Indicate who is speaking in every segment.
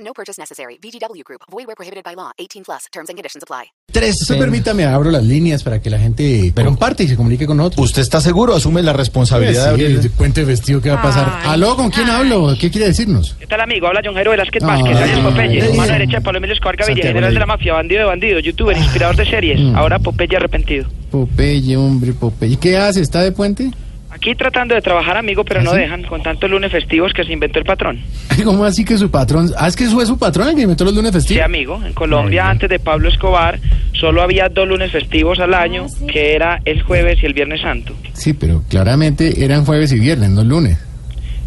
Speaker 1: No purchase necessary. VGW Group. Void where prohibited by law. 18 plus. Terms and conditions apply.
Speaker 2: Tres, permítame, abro las líneas para que la gente comparte y se comunique con nosotros.
Speaker 3: ¿Usted está seguro? ¿Asume la responsabilidad de
Speaker 2: Sí,
Speaker 3: abrir?
Speaker 2: el puente vestido que va a pasar. ¿Aló? ¿Con quién hablo? ¿Qué quiere decirnos?
Speaker 4: ¿Qué tal, amigo? Habla John Jero Velázquez
Speaker 2: Ah,
Speaker 4: Vázquez, alias
Speaker 2: ahí
Speaker 4: Popeye, mano
Speaker 2: está.
Speaker 4: derecha de Pablo Emilio Escobar Gaviria,
Speaker 2: Santiago Mm.
Speaker 4: general de
Speaker 2: Ley.
Speaker 4: la mafia, bandido de bandido, youtuber, inspirador de series, ahora Popeye arrepentido.
Speaker 2: Popeye, hombre, Popeye. ¿Y qué hace? ¿Está de puente?
Speaker 4: Aquí tratando de trabajar, amigo,
Speaker 2: ¿Ah,
Speaker 4: pero no dejan, con tantos lunes festivos que se inventó el patrón.
Speaker 2: ¿Cómo así que su patrón? Ah, es que fue su patrón el que inventó los lunes
Speaker 4: Sí,
Speaker 2: festivos.
Speaker 4: amigo, en Colombia, antes de Pablo Escobar, solo había dos lunes festivos al año, que era el jueves y el viernes santo.
Speaker 2: Sí, pero claramente eran jueves y viernes, no lunes.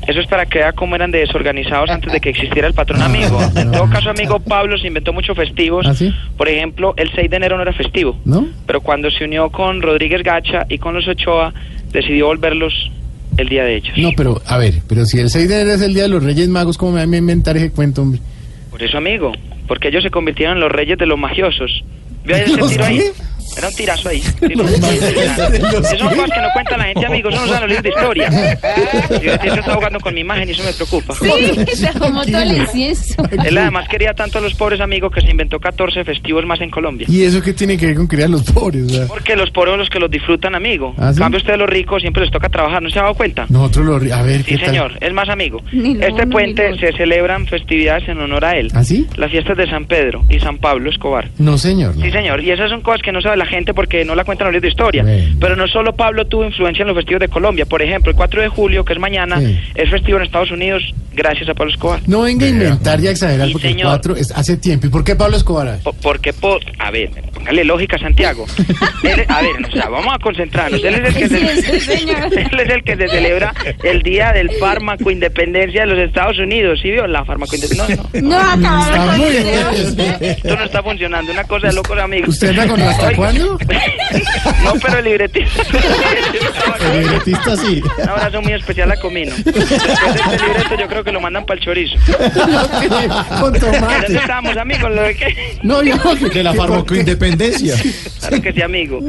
Speaker 4: Eso es para que vea cómo eran de desorganizados antes de que existiera el patrón amigo. En todo caso, amigo, Pablo se inventó muchos festivos.
Speaker 2: ¿Ah, sí?
Speaker 4: Por ejemplo, el 6 de enero no era festivo.
Speaker 2: ¿No?
Speaker 4: Pero cuando se unió con Rodríguez Gacha y con los Ochoa, decidió volverlos el día de ellos.
Speaker 2: No, pero, a ver, pero si el 6 de enero es el día de los Reyes Magos, ¿cómo me van a inventar ese cuento, hombre?
Speaker 4: Por eso, amigo, porque ellos se convirtieron en los reyes de los magiosos. ¿Vio ese
Speaker 2: ¿Los
Speaker 4: tiro ahí?
Speaker 2: qué?
Speaker 4: Era un tirazo ahí. Tiro.
Speaker 2: Los magiosos.
Speaker 4: Esas son cosas que no cuenta la gente, amigos. Eso no saben los libros de historia. Yo eso está jugando con mi imagen y eso me preocupa.
Speaker 5: Sí, como todo el incienso.
Speaker 4: Él además quería tanto a los pobres amigos que se inventó 14 festivos más en Colombia.
Speaker 2: ¿Y eso qué tiene que ver con criar a los pobres? o sea?
Speaker 4: Porque los pobres son los que los disfrutan, amigo.
Speaker 2: ¿Ah, sí?
Speaker 4: En cambio, ustedes los ricos siempre les toca trabajar. ¿No se ha dado cuenta?
Speaker 2: Nosotros los... A ver,
Speaker 4: Sí,
Speaker 2: ¿qué tal?
Speaker 4: señor, es más amigo.
Speaker 5: Ni lo uno,
Speaker 4: este
Speaker 5: ni lo
Speaker 4: puente
Speaker 5: otro.
Speaker 4: se celebran festividades en honor a él.
Speaker 2: ¿Ah, sí?
Speaker 4: Las fiestas de San Pedro y San Pablo Escobar.
Speaker 2: No, señor. no.
Speaker 4: Sí, señor, y esas son cosas que no sabe la gente porque no la cuentan los libros de historia.
Speaker 2: Bueno.
Speaker 4: Pero no solo Pablo tuvo influencia en los festivos de Colombia. Por ejemplo, el 4 de julio, que es mañana,
Speaker 2: Sí.
Speaker 4: es festivo en Estados Unidos gracias a Pablo Escobar.
Speaker 2: No venga a inventar y a exagerar
Speaker 4: Sí,
Speaker 2: porque el
Speaker 4: señor.
Speaker 2: 4 es hace tiempo. ¿Y por qué Pablo Escobar?
Speaker 4: Po- Porque, po- a ver, póngale lógica, Santiago. Él es- a ver, o sea, vamos a concentrarnos. Él es, el que se,
Speaker 5: Sí, sí, señor.
Speaker 4: él es el que se celebra el Día del Fármaco Independencia de los Estados Unidos. ¿Sí vio? La fármaco independencia. No, no.
Speaker 5: No, acabaron
Speaker 2: Ah, Está
Speaker 5: con
Speaker 2: muy
Speaker 5: el
Speaker 2: bien.
Speaker 4: Esto no está funcionando. Una cosa de locos, amigos.
Speaker 2: ¿Usted anda con hasta
Speaker 4: Oiga.
Speaker 2: cuándo?
Speaker 4: No, pero el libretista.
Speaker 2: El libretista sí.
Speaker 4: Un abrazo muy especial a Comino. Después de este libreto, yo creo que lo mandan para el chorizo.
Speaker 2: con
Speaker 4: ¿Dónde
Speaker 2: tomate.
Speaker 4: estamos, amigos? Lo de que-
Speaker 2: No, yo
Speaker 3: De la farmacoindependencia.
Speaker 4: Claro que sí, amigo.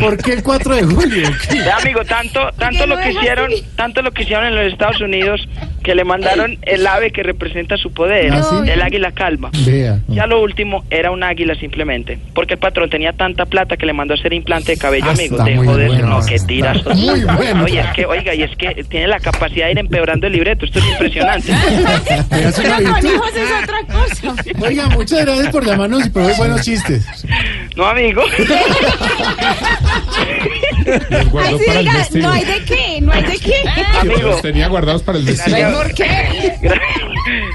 Speaker 2: ¿Por qué el 4 de julio? ¿Qué?
Speaker 4: Ve, amigo, tanto, tanto
Speaker 5: qué
Speaker 4: lo
Speaker 5: no
Speaker 4: que
Speaker 5: es
Speaker 4: hicieron,
Speaker 5: así?
Speaker 4: tanto lo que hicieron en los Estados Unidos que le mandaron el ave que representa su poder,
Speaker 2: ¿Ah, sí?
Speaker 4: el águila calva.
Speaker 2: Vea.
Speaker 4: Ya lo último era un águila simplemente, porque el patrón tenía tanta plata que le mandó a hacer implante de cabello,
Speaker 2: Ah,
Speaker 4: amigo.
Speaker 2: está
Speaker 4: Dejó
Speaker 2: muy
Speaker 4: de
Speaker 2: bueno,
Speaker 4: no, que
Speaker 2: está
Speaker 4: tiras.
Speaker 2: muy bueno.
Speaker 4: Oye, es que, oiga, y es que tiene la capacidad de ir empeorando el libreto, esto es impresionante.
Speaker 2: Vea,
Speaker 5: Pero
Speaker 2: señor
Speaker 5: con
Speaker 2: editor.
Speaker 5: hijos es otra
Speaker 2: Ah.
Speaker 5: cosa.
Speaker 2: Oiga, muchas gracias por llamarnos y por los buenos chistes.
Speaker 4: No, amigo.
Speaker 5: Así diga, no hay de qué, no hay de qué.
Speaker 2: Ah.
Speaker 4: amigo.
Speaker 3: Tenía guardados para el
Speaker 4: gracias.
Speaker 5: qué?
Speaker 4: Gra-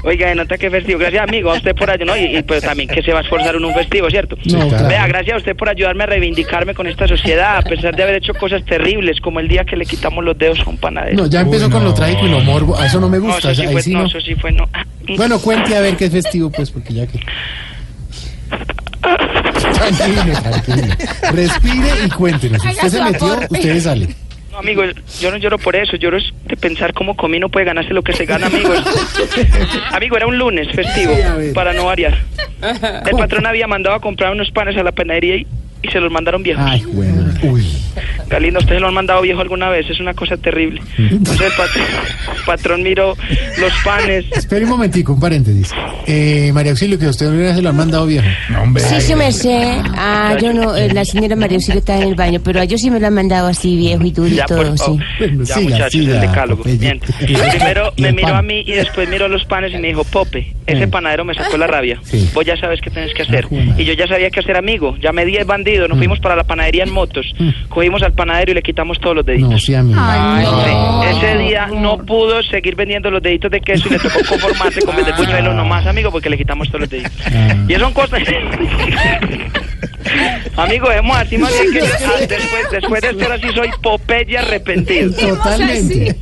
Speaker 4: Oiga, de nota que festivo. Gracias, amigo, a usted por ayudarnos Y, y, pues también que se va a esforzar uno en un festivo, ¿cierto?
Speaker 2: No, claro.
Speaker 4: Vea, gracias a usted por ayudarme a reivindicarme con esta sociedad, a pesar de haber hecho cosas terribles, como el día que le quitamos los dedos a un panadero.
Speaker 2: No, ya empezó con lo trágico y lo morbo. A eso no me
Speaker 4: No,
Speaker 2: gusta.
Speaker 4: eso sí
Speaker 2: ahí
Speaker 4: fue,
Speaker 2: sí
Speaker 4: no,
Speaker 2: no.
Speaker 4: eso sí fue, no.
Speaker 2: Bueno, cuente a ver qué es festivo, pues, porque ya que. Tranquilo, tranquilo. Respire y cuéntenos. Si usted
Speaker 5: Haga
Speaker 2: se
Speaker 5: su
Speaker 2: metió,
Speaker 5: aporte.
Speaker 2: usted sale.
Speaker 4: No, amigo, yo no lloro por eso, lloro es de pensar cómo Comino puede ganarse lo que se gana, amigo. amigo, era un lunes festivo,
Speaker 2: Sí, a ver.
Speaker 4: para no variar. El patrón había mandado a comprar unos panes a la panadería y, y se los mandaron viejos.
Speaker 2: Ay, bueno. Uy.
Speaker 4: Galindo, ustedes lo han mandado viejo alguna vez, es una cosa terrible. Entonces el patrón, el patrón miró los panes.
Speaker 2: Espere un momentico, un paréntesis. Eh, María Auxilio, que usted no se lo han mandado viejo.
Speaker 6: Sí, su merced. Ah, yo no, eh, la señora María Auxilio está en el baño, pero a yo sí me lo han mandado así viejo y duro y
Speaker 4: Ya, por
Speaker 6: todo, sí.
Speaker 4: favor.
Speaker 2: Bueno,
Speaker 4: ya
Speaker 2: Pues, siga,
Speaker 4: muchachos,
Speaker 2: siga,
Speaker 4: el decálogo.
Speaker 2: Popeye.
Speaker 4: Bien.
Speaker 2: Y-
Speaker 4: Primero
Speaker 2: y
Speaker 4: me
Speaker 2: el
Speaker 4: miró
Speaker 2: pan.
Speaker 4: a mí y después miró los panes y me dijo, Pope, ese
Speaker 2: Mm.
Speaker 4: panadero me sacó la rabia.
Speaker 2: Sí.
Speaker 4: Vos ya sabes qué tenés que
Speaker 2: Ah,
Speaker 4: hacer.
Speaker 2: joder.
Speaker 4: Y yo ya sabía qué hacer, amigo. Llamé 10 bandidos, nos fuimos para la panadería en motos.
Speaker 2: Mm.
Speaker 4: Cogimos al panadero y le quitamos todos los deditos.
Speaker 2: No, sí, amigo.
Speaker 5: Ay, no.
Speaker 4: Sí, Ese día no pudo seguir vendiendo los deditos de queso y le tocó conformarse con vender buñuelo nomás, amigo, porque le quitamos todos los deditos.
Speaker 2: Ah.
Speaker 4: Y eso son cosas... Amigo, vemos así más bien que yo- ah, después, después de esto ahora sí soy Popeye arrepentido.
Speaker 2: Totalmente.